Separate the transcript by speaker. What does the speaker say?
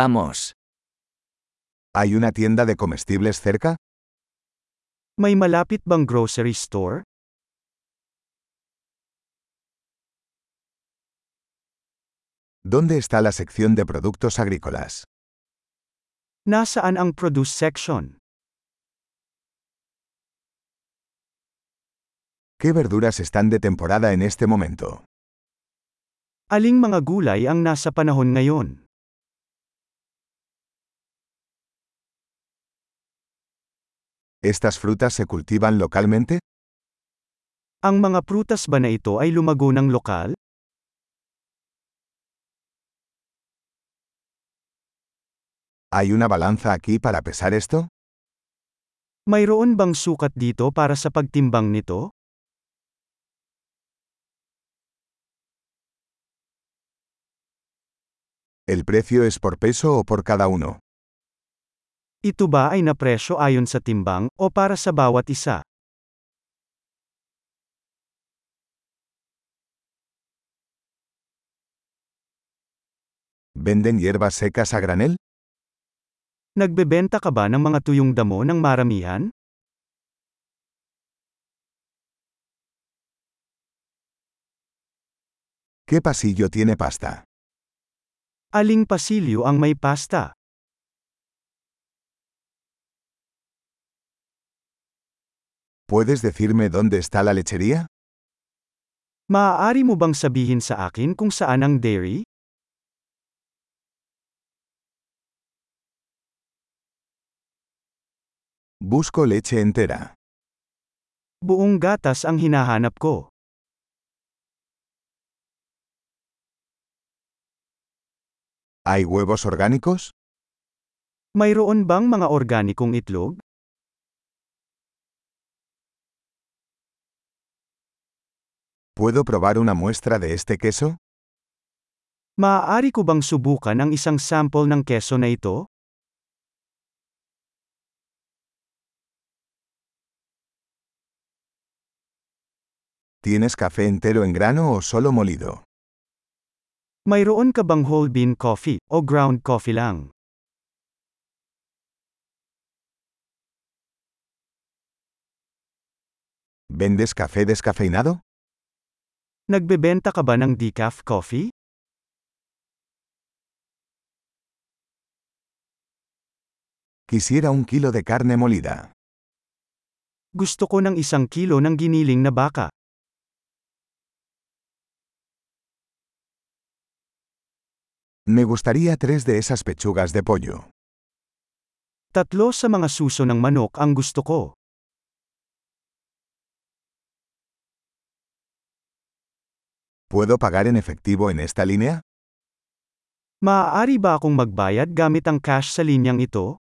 Speaker 1: Vamos.
Speaker 2: ¿Hay una tienda de comestibles cerca?
Speaker 3: May malapit bang grocery store?
Speaker 2: ¿Dónde está la sección de productos agrícolas?
Speaker 3: Nasaan ang produce section?
Speaker 2: ¿Qué verduras están de temporada en este momento?
Speaker 3: Aling mga gulay ang nasa panahon ngayon?
Speaker 2: ¿Estas frutas se cultivan localmente?
Speaker 3: Ang mga prutas ba na ito ay lumago ng lokal?
Speaker 2: ¿Hay una balanza aquí para pesar esto?
Speaker 3: Mayroon bang sukat dito para sa pagtimbang nito?
Speaker 2: ¿El precio es por peso o por cada uno?
Speaker 3: Ito ba ay napresyo ayon sa timbang o para sa bawat isa?
Speaker 2: ¿Venden hierbas secas a granel?
Speaker 3: Nagbebenta ka ba ng mga tuyong damo ng maramihan?
Speaker 2: ¿Qué pasillo tiene pasta?
Speaker 3: Aling pasilyo ang may pasta?
Speaker 2: ¿Puedes decirme dónde está la lechería?
Speaker 3: Maaari mo bang sabihin sa akin kung saan ang dairy?
Speaker 2: Busco leche entera.
Speaker 3: Buong gatas ang hinahanap ko.
Speaker 2: ¿Hay huevos orgánicos?
Speaker 3: Mayroon bang mga organikong itlog?
Speaker 2: ¿Puedo probar una muestra de este queso?
Speaker 3: Maaari ko bang subukan ang isang sample ng keso na ito?
Speaker 2: ¿Tienes café entero en grano o solo molido?
Speaker 3: Mayroon ka bang whole bean coffee o ground coffee lang?
Speaker 2: ¿Vendes café descafeinado?
Speaker 3: Nagbebenta ka ba ng decaf coffee?
Speaker 2: Quisiera un kilo de carne molida.
Speaker 3: Gusto ko ng isang kilo ng giniling na baka.
Speaker 2: Me gustaría tres de esas pechugas de pollo.
Speaker 3: Tatlo sa mga suso ng manok ang gusto ko.
Speaker 2: ¿Puedo pagar en efectivo en esta línea?
Speaker 3: Maaari ba akong magbayad gamit ang cash sa linyang ito?